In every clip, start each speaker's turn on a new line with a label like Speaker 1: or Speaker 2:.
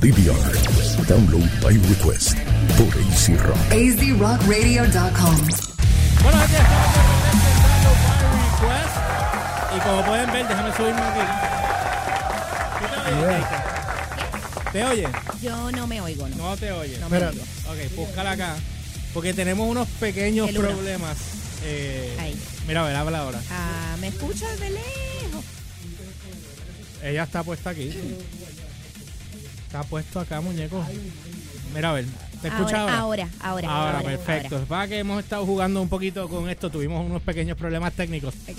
Speaker 1: DVR. Download by request por AC Rock.
Speaker 2: azrockradio.com.
Speaker 3: Bueno, gente, estamos de regreso en Dando by Request. Y como pueden ver, déjame subirme aquí. ¿Tú te oyes, Keika? ¿Te oyes?
Speaker 4: Yo no me oigo, ¿no?
Speaker 3: No te oyes.
Speaker 4: No me
Speaker 3: Espérate.
Speaker 4: oigo.
Speaker 3: Ok, búscala acá. Porque tenemos unos pequeños
Speaker 4: El uno.
Speaker 3: problemas. Eh,
Speaker 4: Ahí.
Speaker 3: mira, a ver, habla ahora.
Speaker 4: Ah, me escuchas de lejos.
Speaker 3: Ella está puesta aquí. Está puesto acá, muñeco. Mira, a ver. ¿Te escuchas
Speaker 4: Ahora,
Speaker 3: ahora?
Speaker 4: ahora, ahora,
Speaker 3: Ahora,
Speaker 4: ahora,
Speaker 3: perfecto.
Speaker 4: ahora.
Speaker 3: Para que hemos estado jugando un poquito con esto, tuvimos unos pequeños problemas técnicos
Speaker 4: Ok.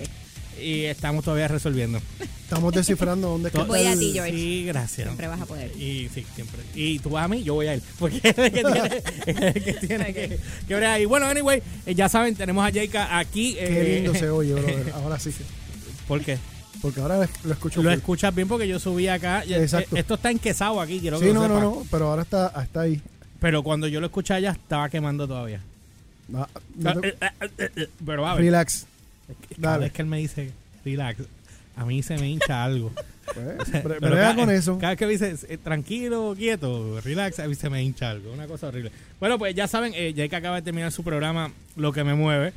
Speaker 3: y estamos todavía resolviendo.
Speaker 5: Estamos descifrando dónde es que
Speaker 3: To-
Speaker 4: Voy a ti, George.
Speaker 3: Sí, gracias.
Speaker 4: Siempre vas a poder.
Speaker 3: Y sí, siempre. Y tú vas a mí, yo voy a él. Porque es el que tiene, es el que, tiene que, que ver ahí. Bueno, anyway, eh, ya saben, tenemos a Jaika aquí. eh,
Speaker 5: Qué lindo se oye, brother. Ahora sí. que-
Speaker 3: ¿Por qué?
Speaker 5: Porque ahora lo escucho.
Speaker 3: Lo
Speaker 5: full.
Speaker 3: escuchas bien porque yo subí acá. y-
Speaker 5: Exacto.
Speaker 3: eh, Esto está enquesado aquí, quiero que
Speaker 5: Sí,
Speaker 3: lo
Speaker 5: no, no,
Speaker 3: sepas.
Speaker 5: no. Pero ahora está, está ahí.
Speaker 3: Pero cuando yo lo escuché allá estaba quemando todavía.
Speaker 5: No, no te-
Speaker 3: Eh, eh, eh, eh, Pero a ver.
Speaker 5: Relax.
Speaker 3: Cada
Speaker 5: Dale.
Speaker 3: vez que él me dice, relax, a mí se me hincha algo.
Speaker 5: Pues, bre-
Speaker 3: Pero
Speaker 5: brega
Speaker 3: ca-
Speaker 5: con eso.
Speaker 3: Cada vez que me dice, eh, tranquilo, quieto, relax, a mí se me hincha algo. Una cosa horrible. Bueno, pues ya saben, eh, ya que acaba de terminar su programa, Lo que me mueve,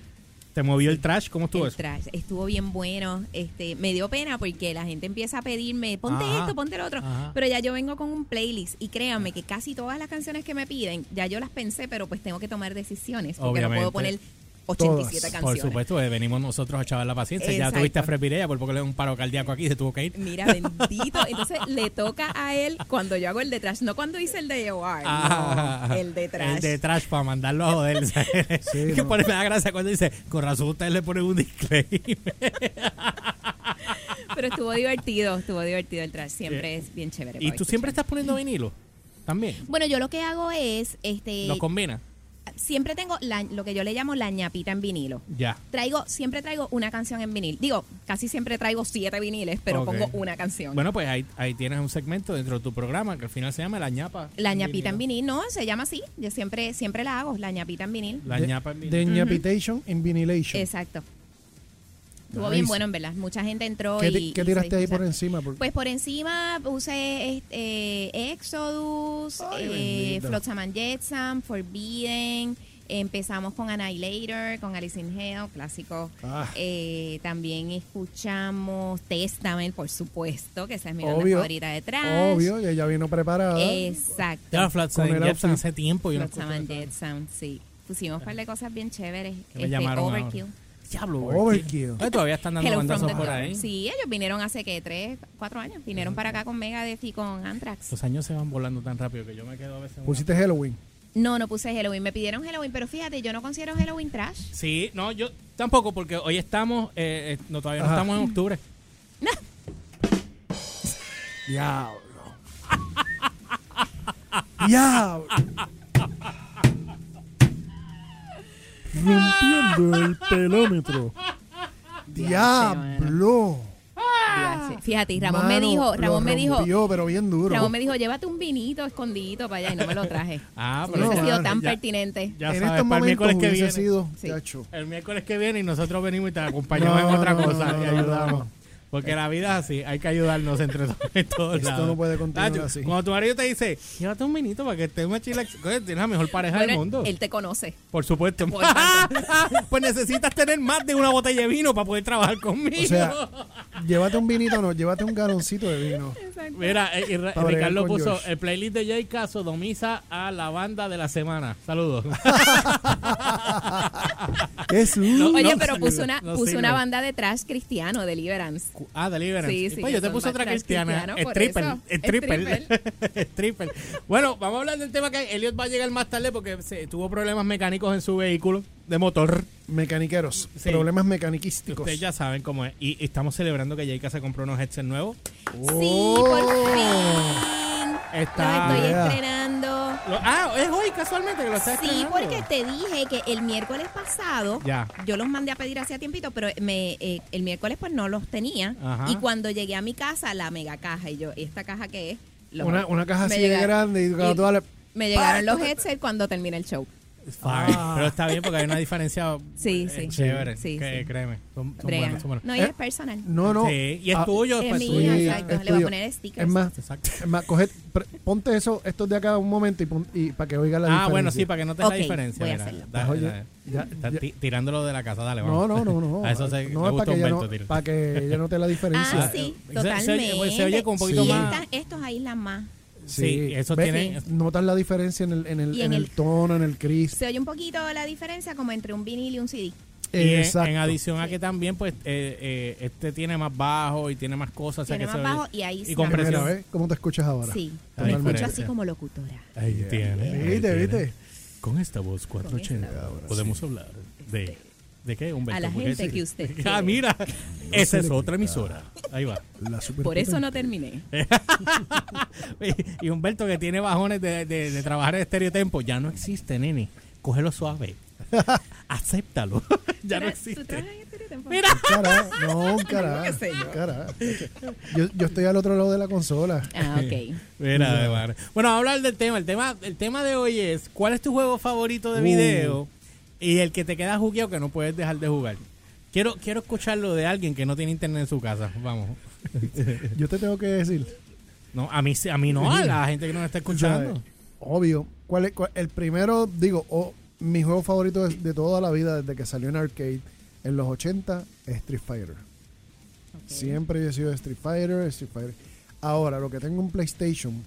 Speaker 3: ¿te movió el trash? ¿Cómo estuvo
Speaker 4: El
Speaker 3: eso?
Speaker 4: trash. Estuvo bien bueno. Este, me dio pena porque la gente empieza a pedirme, ponte
Speaker 3: Ajá,
Speaker 4: esto, ponte lo otro.
Speaker 3: ajá.
Speaker 4: Pero ya yo vengo con un playlist y créanme que casi todas las canciones que me piden, ya yo las pensé, pero pues tengo que tomar decisiones porque no
Speaker 3: Obviamente.
Speaker 4: puedo poner 87
Speaker 5: Todas,
Speaker 4: canciones.
Speaker 3: Por supuesto, eh, venimos nosotros a echar la paciencia. Ya
Speaker 4: Exacto.
Speaker 3: tuviste a Fred Pireya, por poco le dio un paro cardíaco aquí, se tuvo que ir.
Speaker 4: Mira, bendito. Entonces le toca a él cuando yo hago el de trash, no cuando hice el de AOR, no,
Speaker 3: Ah,
Speaker 4: el de trash.
Speaker 3: El de trash para mandarlo a joder. ¿sabes?
Speaker 5: Sí,
Speaker 3: que
Speaker 5: no.
Speaker 3: por, me da gracia cuando dice, con razón ustedes le ponen un disclaimer.
Speaker 4: Pero estuvo divertido, estuvo divertido el trash. Siempre es bien chévere.
Speaker 3: Eh, ¿Y
Speaker 4: para
Speaker 3: tú siempre
Speaker 4: escuchar.
Speaker 3: estás poniendo vinilo? También.
Speaker 4: Bueno, yo lo que hago es, este,
Speaker 3: ¿Lo combina?
Speaker 4: siempre tengo la- lo que yo le llamo la ñapita en vinilo.
Speaker 3: Ya.
Speaker 4: Traigo, siempre traigo una canción en vinil. Digo, casi siempre traigo siete viniles, pero
Speaker 3: Ok.
Speaker 4: pongo una canción.
Speaker 3: Bueno, pues ahí, ahí tienes un segmento dentro de tu programa que al final se llama La ñapa.
Speaker 4: la
Speaker 3: en
Speaker 4: ñapita en
Speaker 3: vinilo.
Speaker 4: vinil, no, se llama así. Yo siempre, siempre la hago, la ñapita en vinil.
Speaker 3: La
Speaker 5: De-
Speaker 3: ñapa en vinilo.
Speaker 5: De ñapitation en vinilation.
Speaker 4: Exacto. Estuvo
Speaker 5: Nice.
Speaker 4: bien bueno, en verdad. Mucha gente entró
Speaker 5: ¿Qué, ti-
Speaker 4: y.
Speaker 5: qué
Speaker 4: y se
Speaker 5: tiraste ahí
Speaker 4: disfrutó.
Speaker 5: por encima? Porque-
Speaker 4: Pues por encima puse este, Exodus,
Speaker 5: Ay,
Speaker 4: eh,
Speaker 5: bendito.
Speaker 4: Flotsam and Jetsam, Forbidden. Empezamos con Annihilator, con Alice in Hell, clásico.
Speaker 5: Ah.
Speaker 4: Eh, también escuchamos Testament, por supuesto, que esa es mi banda
Speaker 5: Obvio.
Speaker 4: favorita de trash.
Speaker 5: Obvio, y ella vino preparada.
Speaker 4: Exacto.
Speaker 3: Ya, Flotsam
Speaker 5: Con el
Speaker 3: and Jetsam
Speaker 5: outfit.
Speaker 3: hace tiempo. Yo no
Speaker 4: Flotsam
Speaker 3: escucho
Speaker 4: and
Speaker 3: esa-
Speaker 4: Jetsam, sí. Pusimos un par de cosas bien chéveres.
Speaker 3: que me
Speaker 4: Este,
Speaker 3: llamaron ahora.
Speaker 4: Overkill.
Speaker 3: Diablo,
Speaker 5: Oh, Overkill.
Speaker 3: Ay, todavía están dando
Speaker 4: Hello from
Speaker 3: bandazos
Speaker 4: the
Speaker 3: por
Speaker 4: Dark.
Speaker 3: ahí.
Speaker 4: Sí, ellos vinieron hace que tres, cuatro años. Vinieron para acá con Megadeth y con Anthrax.
Speaker 3: Los años se van volando tan rápido que yo me quedo a veces... en una-
Speaker 5: Pusiste Halloween.
Speaker 4: No, no puse Halloween. Me pidieron Halloween, pero fíjate, yo no considero Halloween trash.
Speaker 3: Sí, no, yo tampoco, porque hoy estamos... eh, eh, no, todavía no
Speaker 5: Ajá.
Speaker 3: estamos en octubre.
Speaker 5: Diablo. Diablo. Rompiendo el pelómetro. Diablo.
Speaker 4: Ah. Fíjate, y Ramón me
Speaker 5: Mano,
Speaker 4: dijo,
Speaker 5: lo
Speaker 4: Ramón me dijo,
Speaker 5: rompió, pero bien duro.
Speaker 4: Ramón me dijo, llévate un vinito escondidito para allá y no me lo traje.
Speaker 3: Ah, pero...
Speaker 4: No ha
Speaker 5: No,
Speaker 4: sido
Speaker 5: mano,
Speaker 4: tan
Speaker 3: ya-
Speaker 4: pertinente.
Speaker 3: Ya
Speaker 5: en
Speaker 3: sabes,
Speaker 5: estos
Speaker 3: para el
Speaker 5: momentos
Speaker 3: miércoles que
Speaker 5: hubiese
Speaker 3: viene.
Speaker 5: sido,
Speaker 4: Sí.
Speaker 5: chacho.
Speaker 3: El miércoles que viene y nosotros venimos y te acompañamos en
Speaker 5: No,
Speaker 3: otra
Speaker 5: no,
Speaker 3: cosa
Speaker 5: no,
Speaker 3: y
Speaker 5: no,
Speaker 3: ayudamos.
Speaker 5: no.
Speaker 3: Porque la vida es así, hay que ayudarnos entre todos. en todos
Speaker 5: Esto
Speaker 3: lados.
Speaker 5: no puede continuar
Speaker 3: Nacho,
Speaker 5: así.
Speaker 3: Cuando tu marido te dice, llévate un vinito para que estés más chilax, coño, tienes la mejor pareja del
Speaker 4: Bueno,
Speaker 3: mundo.
Speaker 4: él te conoce.
Speaker 3: Por supuesto.
Speaker 4: Por tanto.
Speaker 3: pues necesitas tener más de una botella de vino para poder trabajar conmigo.
Speaker 5: O sea, llévate un vinito, no, llévate un galoncito de vino.
Speaker 3: Mira, eh, y Ra-
Speaker 5: Para bregar
Speaker 3: Ricardo
Speaker 5: con
Speaker 3: puso
Speaker 5: George.
Speaker 3: el playlist de Jay Caso sodomiza a la banda de la semana. Saludos.
Speaker 5: Es un-
Speaker 3: No,
Speaker 4: Oye,
Speaker 3: no
Speaker 4: pero
Speaker 3: sirve,
Speaker 4: puso una,
Speaker 3: no
Speaker 4: puso
Speaker 3: sirve.
Speaker 4: una banda de trash cristiano, Deliverance.
Speaker 3: Ah, Deliverance.
Speaker 4: Sí, sí,
Speaker 3: pues yo te
Speaker 4: son
Speaker 3: puse otra
Speaker 4: bastantes
Speaker 3: cristiana.
Speaker 4: cristianos, por
Speaker 3: Stripper.
Speaker 4: eso.
Speaker 3: Stripper. Stripper. Bueno, vamos a hablar del tema que Elliot va a llegar más tarde porque se, tuvo problemas mecánicos en su vehículo de motor.
Speaker 5: Mecaniqueros,
Speaker 3: Sí.
Speaker 5: problemas mecaniquísticos.
Speaker 3: Ustedes ya saben cómo es. Y estamos celebrando que Jayka se compró unos headsets nuevos.
Speaker 4: Sí, por fin.
Speaker 3: Oh. Está-
Speaker 4: Los estoy
Speaker 5: Yeah.
Speaker 4: estrenando.
Speaker 3: Lo- ah, es hoy casualmente que lo estás
Speaker 4: Sí,
Speaker 3: estrenando.
Speaker 4: porque te dije que el miércoles pasado
Speaker 3: Ya.
Speaker 4: yo los mandé a pedir hacía tiempito, pero me, eh, el miércoles pues no los tenía.
Speaker 3: Ajá.
Speaker 4: Y cuando llegué a mi casa, la mega caja, y yo, ¿y esta caja qué es? Los-
Speaker 5: Una, una caja
Speaker 4: me
Speaker 5: así de
Speaker 4: llegaron-
Speaker 5: grande y, toda la-
Speaker 4: Me llegaron los headsets cuando terminé el show.
Speaker 3: It's fine. Pero está bien porque hay una diferencia
Speaker 4: Ah.
Speaker 3: eh,
Speaker 4: Sí, sí.
Speaker 3: chévere.
Speaker 4: Sí,
Speaker 3: que,
Speaker 4: sí.
Speaker 3: Créeme. Son, son
Speaker 4: Bregan.
Speaker 3: buenos, son buenos. Eh,
Speaker 4: No, y es personal.
Speaker 5: No, no.
Speaker 3: Sí, y es
Speaker 5: Ah,
Speaker 3: tuyo,
Speaker 4: Es
Speaker 3: pues,
Speaker 4: mío,
Speaker 3: tuyo.
Speaker 4: exacto. Le voy a
Speaker 5: tuyo.
Speaker 4: poner stickers.
Speaker 5: Es más,
Speaker 3: Exacto.
Speaker 5: es más, coge- pre- ponte eso, estos de acá un momento y, pon- y para que oiga la
Speaker 3: Ah, bueno, sí,
Speaker 5: para
Speaker 3: para que no te la
Speaker 4: Ok,
Speaker 3: diferencia.
Speaker 4: voy a
Speaker 3: mira.
Speaker 4: hacerlo.
Speaker 3: Dale,
Speaker 5: Oye,
Speaker 3: dale.
Speaker 5: ya-
Speaker 3: Está
Speaker 5: ya-
Speaker 3: ti- tirándolo de la casa, dale,
Speaker 5: No,
Speaker 3: vamos.
Speaker 5: no, no, no.
Speaker 3: A eso se,
Speaker 5: no
Speaker 3: me
Speaker 5: es para
Speaker 3: gusta
Speaker 5: que, ella
Speaker 3: Humberto,
Speaker 5: no,
Speaker 3: tira.
Speaker 5: para que ella note la diferencia.
Speaker 4: Ah, sí,
Speaker 3: Se- se-
Speaker 4: totalmente.
Speaker 3: se oye con un poquito
Speaker 4: y
Speaker 5: más-
Speaker 4: estas- estos aíslan más.
Speaker 3: Sí, eso
Speaker 5: ¿Ves?
Speaker 3: tiene-
Speaker 5: Notas la diferencia en el, en el,
Speaker 4: Y en
Speaker 5: en el
Speaker 4: el-
Speaker 5: tono, en el crisp.
Speaker 4: Se oye un poquito la diferencia como entre un vinil y un CD.
Speaker 3: Y en-
Speaker 5: Exacto.
Speaker 3: en adición a que también, pues, eh, eh, este tiene más bajo y tiene más cosas. o sea,
Speaker 4: Tiene
Speaker 3: que se
Speaker 4: más
Speaker 3: oye-
Speaker 4: bajo y ahí
Speaker 3: Y
Speaker 4: se
Speaker 3: con
Speaker 4: nota.
Speaker 5: Mira,
Speaker 3: presión.
Speaker 5: ¿ves? ¿Cómo te escuchas ahora?
Speaker 4: Sí, me
Speaker 3: Totalmente.
Speaker 4: escucho así como locutora.
Speaker 3: Ahí tiene. ahí
Speaker 5: Viste,
Speaker 3: tiene.
Speaker 5: viste.
Speaker 3: Con esta voz 480 podemos hablar de... ¿De qué, Humberto?
Speaker 4: Este, A la
Speaker 3: Porque
Speaker 4: gente
Speaker 3: sí.
Speaker 4: que usted
Speaker 3: Ah,
Speaker 4: quiere.
Speaker 3: mira. Esa
Speaker 5: se
Speaker 3: es
Speaker 5: le
Speaker 3: otra emisora. Ahí va.
Speaker 5: La super-
Speaker 4: Por eso no terminé.
Speaker 3: y Humberto que tiene bajones de, de- de trabajar en estereotempo. Ya no existe, nene. Cógelo suave. Acéptalo. ya no
Speaker 4: Pero, ¿tú
Speaker 3: existe.
Speaker 4: trabajas en este tiempo?
Speaker 3: Mira.
Speaker 5: Cara, ¿eh? no, cara,
Speaker 4: qué sé yo.
Speaker 5: cara. Yo, yo estoy al otro lado de la consola.
Speaker 4: Ah, ok.
Speaker 3: Mira, de madre. Bueno, vamos a hablar del tema. El tema, el tema de hoy es ¿cuál es tu juego favorito de
Speaker 5: Uh.
Speaker 3: video? Y el que te queda jugueado que no puedes dejar de jugar. Quiero, quiero escucharlo de alguien que no tiene internet en su casa. Vamos.
Speaker 5: Yo te tengo que decir.
Speaker 3: No, a mí sí- a mí no, a la gente que nos está escuchando.
Speaker 5: ¿sabes? Obvio. ¿Cuál es, cuál- el primero, digo, o mi juego favorito de, de toda la vida desde que salió en arcade en los 80, es Street Fighter. Siempre yo he sido de Street Fighter, Street Fighter. Ahora, lo que tengo en PlayStation,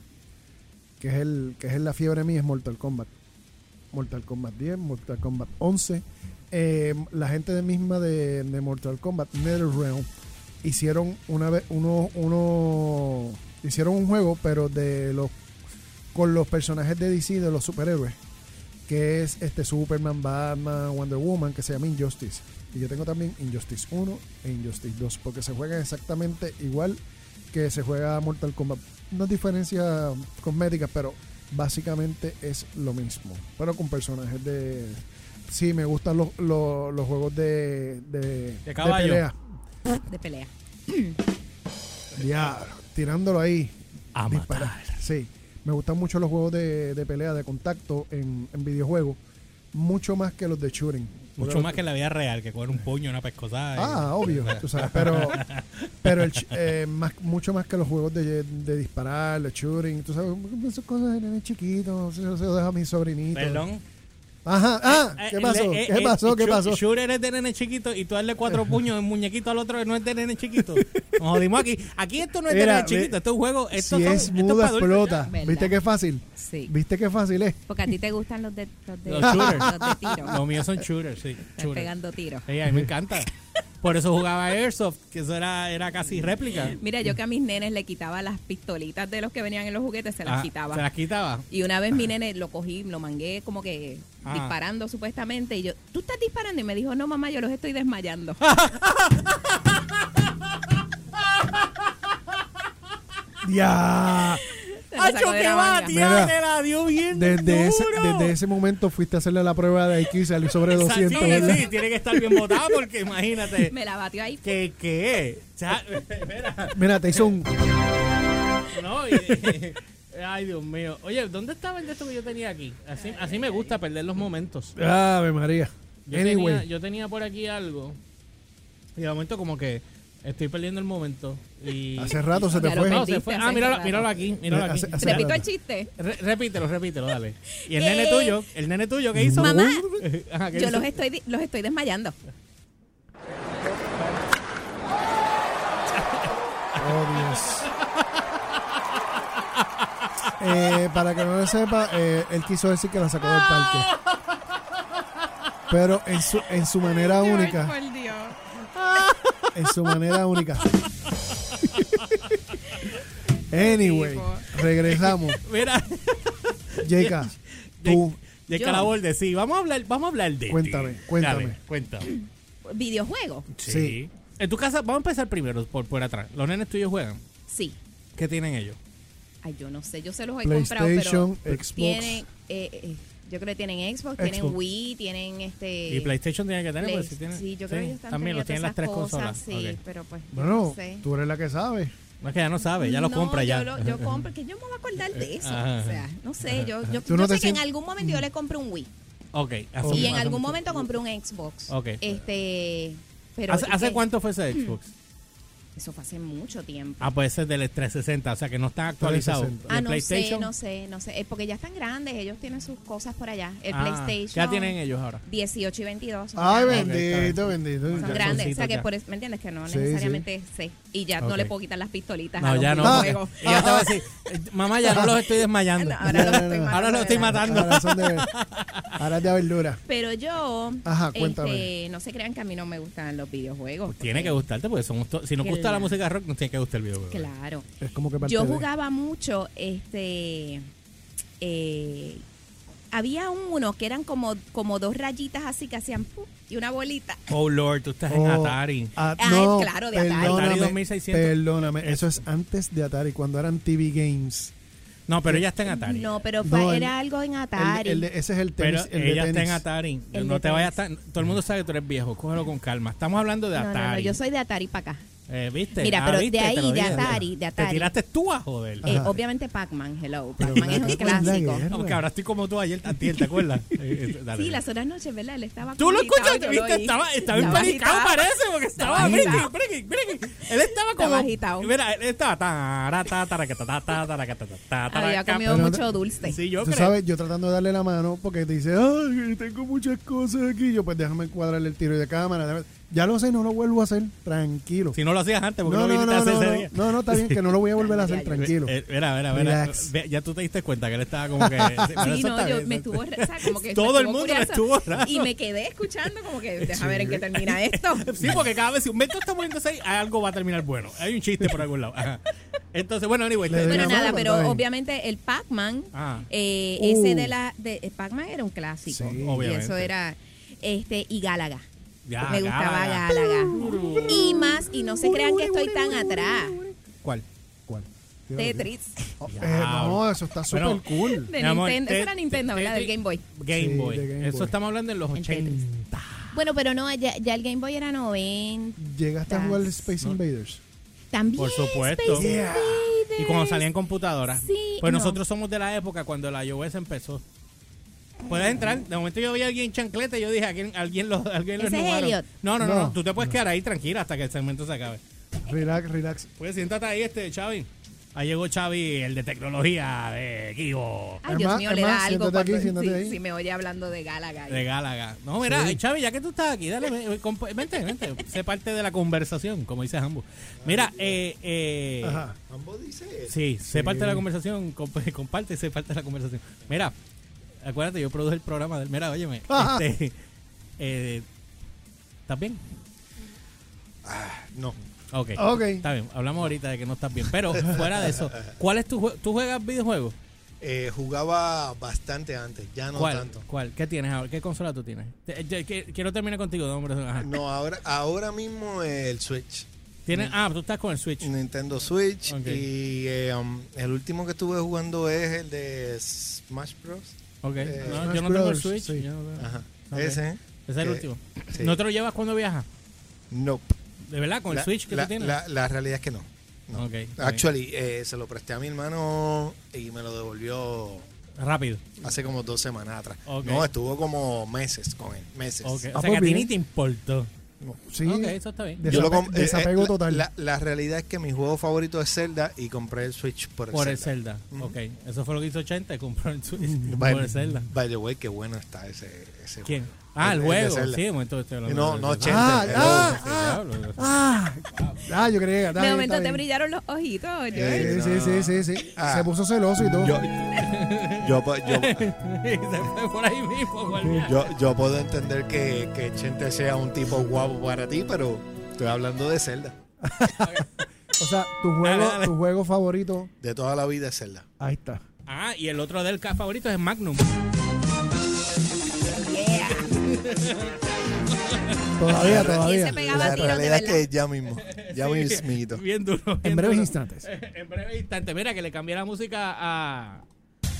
Speaker 5: que es, el, que es la fiebre mía, es Mortal Kombat. Mortal Kombat 10, Mortal Kombat 11. Eh, la gente de misma de, de Mortal Kombat, NetherRealm, hicieron una vez uno, uno hicieron un juego, pero de los con los personajes de DC de los superhéroes, que es este Superman, Batman, Wonder Woman, que se llama Injustice. Y yo tengo también Injustice 1 e Injustice 2, porque se juegan exactamente igual que se juega Mortal Kombat. No diferencias cosméticas, pero básicamente es lo mismo. Pero con personajes de. Sí, me gustan los, los, los juegos de, de, de
Speaker 3: caballo.
Speaker 5: pelea.
Speaker 4: De pelea.
Speaker 5: Diablo, tirándolo ahí.
Speaker 3: A
Speaker 5: Dispara.
Speaker 3: matar.
Speaker 5: Sí, me gustan mucho los juegos de, de pelea, de contacto en, en videojuegos. Mucho más que los de shooting.
Speaker 3: Mucho más que en la vida real, que coger un puño, una pescosada. y-
Speaker 5: Ah, obvio, tú sabes, pero, pero el ch- eh, más, mucho más que los juegos de, de disparar, de shooting, tú sabes, esas cosas de nene chiquito, se se lo dejo a mis sobrinitos.
Speaker 3: Perdón.
Speaker 5: Ajá, ah,
Speaker 3: Eh,
Speaker 5: ¿qué
Speaker 3: eh,
Speaker 5: pasó?
Speaker 3: eh,
Speaker 5: ¿Qué
Speaker 3: eh,
Speaker 5: pasó? ¿Qué
Speaker 3: Shu-
Speaker 5: pasó?
Speaker 3: Shooter es de nene chiquito y tú darle cuatro puños de un muñequito al otro no es de nene chiquito. Nos jodimos aquí. Aquí esto no es de
Speaker 5: Mira,
Speaker 3: nene chiquito, esto
Speaker 5: ve-
Speaker 3: es un juego. Esto
Speaker 5: Si
Speaker 3: son-
Speaker 5: es
Speaker 3: esto es
Speaker 5: muda,
Speaker 3: para adultos
Speaker 5: explota.
Speaker 4: ¿verdad?
Speaker 5: ¿Viste qué fácil?
Speaker 4: Sí.
Speaker 5: ¿Viste qué fácil es?
Speaker 4: Porque a ti te gustan los de, los de,
Speaker 3: Los shooters.
Speaker 4: los de
Speaker 3: ya.
Speaker 4: tiro.
Speaker 3: Los míos son shooters, sí.
Speaker 4: Estás
Speaker 3: Shooters.
Speaker 4: pegando tiros.
Speaker 3: Sí, a mí me encanta. Por eso jugaba Airsoft, que eso era, era casi réplica.
Speaker 4: Mira, yo que a mis nenes le quitaba las pistolitas de los que venían en los juguetes, se las
Speaker 3: Ah,
Speaker 4: quitaba.
Speaker 3: Se las quitaba.
Speaker 4: Y una vez mi nene lo cogí, lo mangué como que
Speaker 3: Ah.
Speaker 4: disparando supuestamente. Y yo, ¿tú estás disparando? Y me dijo, no, mamá, yo los estoy desmayando.
Speaker 3: Ah,
Speaker 5: ¡Ya!
Speaker 4: Se lo sacó de la manga.
Speaker 5: tío! Mira,
Speaker 3: la dio bien
Speaker 5: Desde ese,
Speaker 3: duro.
Speaker 5: desde ese momento fuiste a hacerle la prueba de IQ y salió sobre
Speaker 3: Sí,
Speaker 5: 200, ¿verdad?
Speaker 3: sí, tiene que estar bien botada porque imagínate.
Speaker 4: Me la batió ahí.
Speaker 3: que qué? O sea, espera,
Speaker 5: Mira, te hizo un...
Speaker 3: no, y- ay, Dios mío. Oye, ¿dónde estaba el de esto que yo tenía aquí? Así, así me gusta perder los momentos.
Speaker 5: Ave María.
Speaker 3: Yo, tenía,
Speaker 5: Anyway.
Speaker 3: yo tenía por aquí algo y de momento como que estoy perdiendo el momento. Y,
Speaker 5: Hace rato se te
Speaker 4: Ya lo
Speaker 5: fue.
Speaker 3: No, se fue.
Speaker 4: Hace
Speaker 3: Ah, míralo,
Speaker 4: rato.
Speaker 3: míralo aquí, míralo aquí.
Speaker 5: Hace- hace
Speaker 4: Repito
Speaker 5: rato.
Speaker 4: el chiste.
Speaker 3: Re- repítelo, repítelo, dale. Y el
Speaker 4: Eh,
Speaker 3: nene tuyo, el nene tuyo, ¿qué hizo?
Speaker 4: Mamá,
Speaker 3: Ajá, ¿qué
Speaker 4: yo
Speaker 3: hizo?
Speaker 4: los estoy, di- los estoy desmayando.
Speaker 5: Oh, Dios. Eh, para que no lo sepa, eh, él quiso decir que la sacó del parque. Pero en su, en su manera única.
Speaker 4: Por Dios.
Speaker 5: En su manera única. Anyway, regresamos.
Speaker 3: Mira,
Speaker 5: Jeka, tú.
Speaker 3: de
Speaker 4: Yo.
Speaker 3: Calaborde, sí, vamos a hablar, vamos a hablar de ti.
Speaker 5: Cuéntame, cuéntame.
Speaker 3: Dale, cuéntame.
Speaker 4: ¿Videojuego?
Speaker 3: Sí.
Speaker 5: Sí.
Speaker 3: En tu casa, vamos a empezar primero por, por atrás. Los nenes tuyos juegan.
Speaker 4: Sí.
Speaker 3: ¿Qué tienen ellos?
Speaker 4: Ay, yo no sé, yo se los he comprado, pero
Speaker 5: PlayStation, Xbox.
Speaker 4: tienen, eh, eh, yo creo que tienen Xbox,
Speaker 5: Xbox.
Speaker 4: tienen Wii, tienen este...
Speaker 3: y PlayStation pues, tienen que tener,
Speaker 4: Play-
Speaker 3: porque si tienen.
Speaker 4: sí, yo creo que ellos están
Speaker 3: También los tienen
Speaker 4: teniendo
Speaker 3: las tres
Speaker 4: todas esas
Speaker 3: consolas.
Speaker 4: cosas, Sí,
Speaker 3: Ok.
Speaker 4: pero pues, yo
Speaker 5: Bueno,
Speaker 4: no sé.
Speaker 5: tú eres la que sabe.
Speaker 3: No es que ya no sabe, pues, ya lo
Speaker 4: No,
Speaker 3: compra ya.
Speaker 4: Yo, lo- yo compro, que yo me voy a acordar de eso.
Speaker 3: Ajá.
Speaker 4: O sea, no sé, yo, yo,
Speaker 5: Tú no
Speaker 4: yo
Speaker 5: te
Speaker 4: sé que en
Speaker 5: sien-
Speaker 4: algún momento yo le compro un Wii.
Speaker 3: ok, Ok, así
Speaker 4: Y
Speaker 3: mismo,
Speaker 4: en
Speaker 3: hace
Speaker 4: algún
Speaker 3: mucho-
Speaker 4: momento compré un Xbox.
Speaker 3: Ok.
Speaker 4: Este, pero
Speaker 3: ¿Hace, hace
Speaker 4: eh,
Speaker 3: cuánto fue ese Xbox?
Speaker 4: Eso fue hace mucho tiempo.
Speaker 3: Ah, pues ese es del 360, o sea que no está actualizado.
Speaker 5: 360.
Speaker 3: ¿Y
Speaker 4: Ah,
Speaker 3: el
Speaker 4: no sé,
Speaker 3: PlayStation?
Speaker 4: no sé, no sé. Eh, porque ya están grandes, ellos tienen sus cosas por allá. El
Speaker 3: Ah,
Speaker 4: PlayStation.
Speaker 3: ¿Qué edad tienen ellos ahora?
Speaker 4: 18 y 22. son
Speaker 5: Ay,
Speaker 4: grandes.
Speaker 5: bendito, bendito.
Speaker 4: Son
Speaker 3: Ya,
Speaker 4: grandes, o sea
Speaker 3: soncitos
Speaker 4: que
Speaker 3: ya.
Speaker 4: por eso, ¿me entiendes? Que no
Speaker 5: Sí, Ah.
Speaker 4: necesariamente sé. Y ya no
Speaker 3: Ok.
Speaker 4: le puedo quitar las pistolitas a
Speaker 3: No,
Speaker 4: los
Speaker 3: ya no. porque-
Speaker 4: videojuegos.
Speaker 3: Y ya te voy a decir, eh, mamá, ya no los estoy desmayando.
Speaker 4: No, ahora los estoy matando
Speaker 3: Ahora los estoy
Speaker 4: de
Speaker 3: matando.
Speaker 5: Ahora son de, ahora es de verdura.
Speaker 4: Pero yo,
Speaker 5: Ajá,
Speaker 4: este,
Speaker 5: cuéntame.
Speaker 4: no se crean que a mí no me gustan los videojuegos.
Speaker 3: Pues tiene que
Speaker 4: porque-
Speaker 3: gustarte, porque son, to- si nos
Speaker 4: Que
Speaker 3: gusta la
Speaker 4: la-
Speaker 3: música rock, nos tiene que gustar el videojuego.
Speaker 4: Claro.
Speaker 5: Es como que parte
Speaker 4: Yo
Speaker 5: de-
Speaker 4: jugaba mucho, este, eh, había uno que eran como, como dos rayitas así que hacían ¡pum! y una bolita.
Speaker 3: Oh, Lord, tú estás en
Speaker 5: Oh,
Speaker 3: Atari.
Speaker 5: ah,
Speaker 4: Ah,
Speaker 5: no,
Speaker 4: claro, de Atari.
Speaker 3: Atari
Speaker 5: Perdóname,
Speaker 3: 2600.
Speaker 5: perdóname, eso es antes de Atari, cuando eran TV Games.
Speaker 3: No, pero ella está en Atari.
Speaker 4: No, pero
Speaker 5: No,
Speaker 4: fue-
Speaker 5: el-
Speaker 4: era algo en
Speaker 5: El-
Speaker 4: Atari.
Speaker 5: el de- ese es el
Speaker 3: pero
Speaker 5: tenis. el de
Speaker 3: ella está en
Speaker 5: tenis.
Speaker 3: Atari.
Speaker 4: El
Speaker 3: no
Speaker 4: de
Speaker 3: te vayas
Speaker 4: tenis.
Speaker 3: tan- Todo el mundo sabe que tú eres viejo. Cógelo con calma. Estamos hablando de
Speaker 4: No, no,
Speaker 3: Atari.
Speaker 4: no, yo soy de Atari para acá.
Speaker 3: Eh, ¿Viste?
Speaker 4: Mira,
Speaker 3: Ah,
Speaker 4: pero de
Speaker 3: ¿viste? Te
Speaker 4: ahí,
Speaker 3: lo
Speaker 4: de
Speaker 3: dije.
Speaker 4: Atari, de
Speaker 3: Te
Speaker 4: Atari.
Speaker 3: tiraste tú a joder.
Speaker 4: Eh,
Speaker 5: Ajá.
Speaker 4: obviamente Pac-Man, hello.
Speaker 5: Pero
Speaker 4: Pac-Man es
Speaker 5: nada
Speaker 4: un
Speaker 5: que ver la
Speaker 4: clásico.
Speaker 5: guerra.
Speaker 3: No, porque ahora estoy como tú ayer, antier, ¿te acuerdas? Eh, eh, dale.
Speaker 4: Sí, las otras noches, ¿verdad? Él estaba
Speaker 3: Tú lo
Speaker 4: agitado,
Speaker 3: escuchaste,
Speaker 4: yo
Speaker 3: viste,
Speaker 4: oí.
Speaker 3: estaba, estaba empanicado,
Speaker 4: agitado.
Speaker 3: parece, porque estaba,
Speaker 4: Estaba
Speaker 3: mira,
Speaker 4: agitado.
Speaker 3: mira, mira, mira. él estaba como,
Speaker 4: Estaba agitado.
Speaker 3: mira, él estaba, tara, ta, tara, que ta, ta, ta, tara, que ta, ta, ta, tara,
Speaker 4: Había
Speaker 3: ca-
Speaker 4: comido
Speaker 5: Pero-
Speaker 4: mucho dulce.
Speaker 3: Sí, yo
Speaker 5: Tú
Speaker 3: creo.
Speaker 5: sabes, yo tratando de darle la mano porque te dice, ay, tengo muchas cosas aquí. Yo, pues déjame cuadrarle el tiro de cámara. déjame- Ya lo sé, no lo vuelvo a hacer. Tranquilo.
Speaker 3: Si no lo hacías antes, porque
Speaker 5: no,
Speaker 3: no, viniste
Speaker 5: no, no, no,
Speaker 3: a hacer
Speaker 5: no,
Speaker 3: ese día.
Speaker 5: no, no, está bien que no lo voy a volver a hacer.
Speaker 4: Mira,
Speaker 5: Tranquilo.
Speaker 3: Eh, Mira, mira, mira.
Speaker 5: Relax.
Speaker 3: Ve, Ya tú te diste cuenta que él estaba como que. Sí, pero
Speaker 4: Sí,
Speaker 3: eso
Speaker 4: no,
Speaker 3: está
Speaker 4: yo
Speaker 3: bien.
Speaker 4: me estuvo, o sea, como que me
Speaker 3: Todo el
Speaker 4: estuvo
Speaker 3: mundo me
Speaker 4: curioso
Speaker 3: estuvo raro.
Speaker 4: Y me quedé escuchando como que, déjame ver en qué termina esto.
Speaker 3: Sí, porque cada vez si un vento está poniéndose ahí, algo va a terminar bueno. Hay un chiste por algún lado. Ajá. Entonces, bueno, anyway.
Speaker 5: Le
Speaker 3: te-
Speaker 5: doy
Speaker 4: Bueno,
Speaker 5: Pero
Speaker 4: nada,
Speaker 5: bueno, está
Speaker 4: pero
Speaker 5: bien.
Speaker 4: obviamente el Pac-Man,
Speaker 3: Ah.
Speaker 4: eh,
Speaker 5: Uh.
Speaker 4: ese de la... De, eh, Pac-Man era un clásico.
Speaker 5: Sí.
Speaker 4: y
Speaker 3: Obviamente.
Speaker 4: eso era... este Y Gálaga.
Speaker 3: Ya,
Speaker 4: me gustaba
Speaker 3: Gálaga.
Speaker 4: Gálaga. Y más, y no se crean que estoy tan atrás.
Speaker 3: ¿Cuál?
Speaker 5: ¿Cuál?
Speaker 4: Tetris.
Speaker 5: Oh, eh, no, eso está súper
Speaker 3: Bueno,
Speaker 5: cool.
Speaker 4: De
Speaker 3: Mi amor,
Speaker 4: Nintendo.
Speaker 3: te-
Speaker 4: Eso era Nintendo,
Speaker 3: te-
Speaker 4: ¿verdad?
Speaker 3: te-
Speaker 4: Del Game Boy.
Speaker 3: Game
Speaker 5: Sí,
Speaker 3: Boy.
Speaker 5: de Game
Speaker 3: Eso
Speaker 5: Boy.
Speaker 3: estamos hablando en los
Speaker 4: En Tetris.
Speaker 3: 80.
Speaker 4: Bueno, pero no, ya, ya el Game Boy era 90.
Speaker 5: ¿Llegaste a jugar Space Invaders?
Speaker 4: También.
Speaker 3: Por supuesto.
Speaker 4: Space
Speaker 5: Yeah.
Speaker 4: Invaders.
Speaker 3: Y cuando salían computadoras.
Speaker 4: Sí,
Speaker 3: pues
Speaker 4: no.
Speaker 3: nosotros somos de la época cuando la iOS empezó. Puedes entrar. De momento yo vi a alguien en chancleta y yo dije, alguien, alguien los alguien los
Speaker 4: Ese es
Speaker 3: nubaron.
Speaker 4: Elliot.
Speaker 3: No, no, no,
Speaker 5: No.
Speaker 3: no. Tú te puedes quedar ahí tranquila hasta que el segmento se acabe.
Speaker 5: Relax, relax.
Speaker 3: Pues siéntate ahí, este, Xavi. Ahí llegó Xavi, el de tecnología de Kibo.
Speaker 4: Ay,
Speaker 5: Es
Speaker 4: Dios
Speaker 5: más,
Speaker 4: mío,
Speaker 5: es
Speaker 4: le da
Speaker 5: más,
Speaker 4: algo
Speaker 5: siéntate aquí,
Speaker 4: cuando-
Speaker 5: siéntate
Speaker 4: sí,
Speaker 5: ahí.
Speaker 4: sí, me oye hablando de Gálaga.
Speaker 3: De Gálaga. No, mira,
Speaker 5: Sí.
Speaker 3: Chavi, ya que tú estás aquí, dale, ven, ven, compa- vente, vente, sé parte de la conversación, como dices ambos. Mira, eh, eh,
Speaker 5: Ajá.
Speaker 3: sí, sé parte de la conversación, comp- comparte, sé parte de la conversación. Mira, acuérdate, yo produje el programa del, mira, óyeme,
Speaker 5: Ajá.
Speaker 3: este, eh, ¿estás bien?
Speaker 6: No.
Speaker 3: Ok,
Speaker 5: Ok.
Speaker 3: está bien, hablamos ahorita de que no estás bien, pero fuera de eso, ¿cuál es tu juego? ¿Tú juegas videojuegos?
Speaker 6: Eh, jugaba bastante antes, ya no
Speaker 3: ¿Cuál?
Speaker 6: tanto.
Speaker 3: ¿Cuál? ¿Qué tienes ahora? ¿Qué consola tú tienes? Te- te- que- quiero terminar contigo, no, hombre, ajá.
Speaker 6: No, ahora, ahora mismo eh, el Switch.
Speaker 3: ¿Tienes? Ah, tú estás con el Switch.
Speaker 6: Nintendo Switch.
Speaker 3: Ok.
Speaker 6: Y eh, um, el último que estuve jugando es el de Smash Bros.
Speaker 3: Ok,
Speaker 6: Eh,
Speaker 3: No, yo
Speaker 5: Smash
Speaker 3: no tengo el
Speaker 5: Brothers,
Speaker 3: Switch.
Speaker 5: sí.
Speaker 3: yo no tengo.
Speaker 6: Ajá.
Speaker 3: Ok.
Speaker 6: Ese.
Speaker 3: Ese es el
Speaker 6: que-
Speaker 3: último.
Speaker 6: sí.
Speaker 3: ¿No te lo llevas cuando viajas?
Speaker 6: No.
Speaker 3: ¿De verdad? ¿Con el
Speaker 6: La-
Speaker 3: Switch que
Speaker 6: la,
Speaker 3: tú tienes?
Speaker 6: La, la realidad es que no. no.
Speaker 3: Ok, ok.
Speaker 6: Actually, eh, se lo presté a mi hermano y me lo devolvió
Speaker 3: Rápido.
Speaker 6: hace como dos semanas atrás.
Speaker 3: Ok.
Speaker 6: No, estuvo como meses con él. Meses.
Speaker 3: Ok, O
Speaker 5: Ah,
Speaker 3: sea que a
Speaker 5: pues
Speaker 3: ti
Speaker 5: bien.
Speaker 3: ni te importó.
Speaker 5: Sí.
Speaker 3: Ok, eso está bien.
Speaker 5: Desape-
Speaker 6: Yo lo com- eh, eh,
Speaker 5: desapego
Speaker 6: la-
Speaker 5: total.
Speaker 6: La, la realidad es que mi juego favorito es Zelda y compré el Switch por el
Speaker 3: Por el
Speaker 6: Zelda. Mm,
Speaker 3: Zelda. Ok, eso fue lo que hizo 80, compró el Switch.
Speaker 6: By,
Speaker 3: Por el Zelda.
Speaker 6: by the way, qué bueno está ese, ese
Speaker 3: ¿Quién?
Speaker 6: juego.
Speaker 3: Ah, el,
Speaker 6: de
Speaker 3: juego.
Speaker 6: Zelda.
Speaker 3: Sí, momento estoy hablando
Speaker 6: No,
Speaker 3: de-
Speaker 6: no,
Speaker 3: de-
Speaker 6: 80. el
Speaker 5: ah,
Speaker 6: otro.
Speaker 3: Ah, diablo.
Speaker 5: Ah, ah, yo quería
Speaker 4: De
Speaker 5: que
Speaker 4: momento te ¿eh? brillaron los ojitos. Joel.
Speaker 5: Eh, Sí, sí, sí, sí, sí.
Speaker 6: Ah.
Speaker 5: Se puso celoso y todo.
Speaker 6: Yo,
Speaker 3: ah.
Speaker 6: yo, po- yo-
Speaker 3: Y se fue por ahí mismo, guardia.
Speaker 6: yo- yo puedo entender que, que Chente sea un tipo guapo para ti, pero estoy hablando de Zelda.
Speaker 5: O sea, tu juego,
Speaker 3: Dale, dale.
Speaker 5: tu juego favorito,
Speaker 6: De toda la vida es Zelda.
Speaker 5: ahí está.
Speaker 3: Ah, y el otro del favorito es Magnum.
Speaker 4: Y
Speaker 5: Todavía, todavía.
Speaker 4: ese pegaba
Speaker 6: La
Speaker 4: tiros de
Speaker 6: realidad es
Speaker 4: verdad.
Speaker 6: que ya mismo. Ya mismito.
Speaker 3: Bien duro. bien
Speaker 5: En breves
Speaker 3: duro.
Speaker 5: instantes.
Speaker 3: en breve instante. Mira, que le cambié la música a,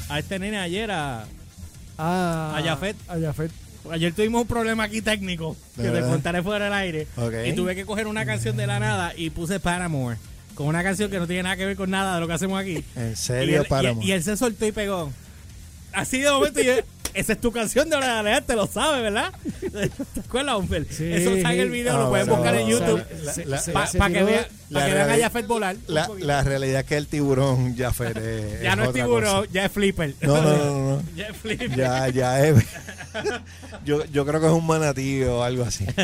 Speaker 3: a este nene ayer. A,
Speaker 5: Ah,
Speaker 3: A Jafet.
Speaker 5: A Jafet.
Speaker 3: ayer tuvimos un problema aquí técnico
Speaker 6: ¿De
Speaker 3: que te
Speaker 6: verdad?
Speaker 3: contaré fuera del aire.
Speaker 6: Ok.
Speaker 3: Y tuve que coger una canción de la nada y puse Paramore. Con una canción que no tiene nada que ver con nada de lo que hacemos aquí.
Speaker 6: En
Speaker 3: y,
Speaker 6: serio,
Speaker 3: él,
Speaker 6: Paramount.
Speaker 3: y, y él se soltó y pegó. Así de momento y yo, Esa es tu canción de ahora en adelante, lo sabes, ¿verdad? ¿Te acuerdas, Humbert?
Speaker 7: Sí.
Speaker 3: Eso está en el video,
Speaker 6: Ah,
Speaker 3: lo pueden
Speaker 6: bueno.
Speaker 3: buscar en YouTube.
Speaker 6: La-
Speaker 7: Se-
Speaker 6: la-
Speaker 7: se-
Speaker 3: Para
Speaker 7: se
Speaker 3: que
Speaker 7: tiró-
Speaker 3: vean
Speaker 6: la
Speaker 3: pa' que vean a
Speaker 6: realidad-
Speaker 3: Jafet volar. un
Speaker 6: La,
Speaker 3: poquito.
Speaker 6: la realidad es que el tiburón ya fue. de-
Speaker 3: ya no es
Speaker 6: otra
Speaker 3: tiburón,
Speaker 6: cosa.
Speaker 3: ya es flipper.
Speaker 6: No, no, no, no.
Speaker 3: ya es flipper.
Speaker 6: Ya, ya es. Yo, yo creo que es un manatí o algo así.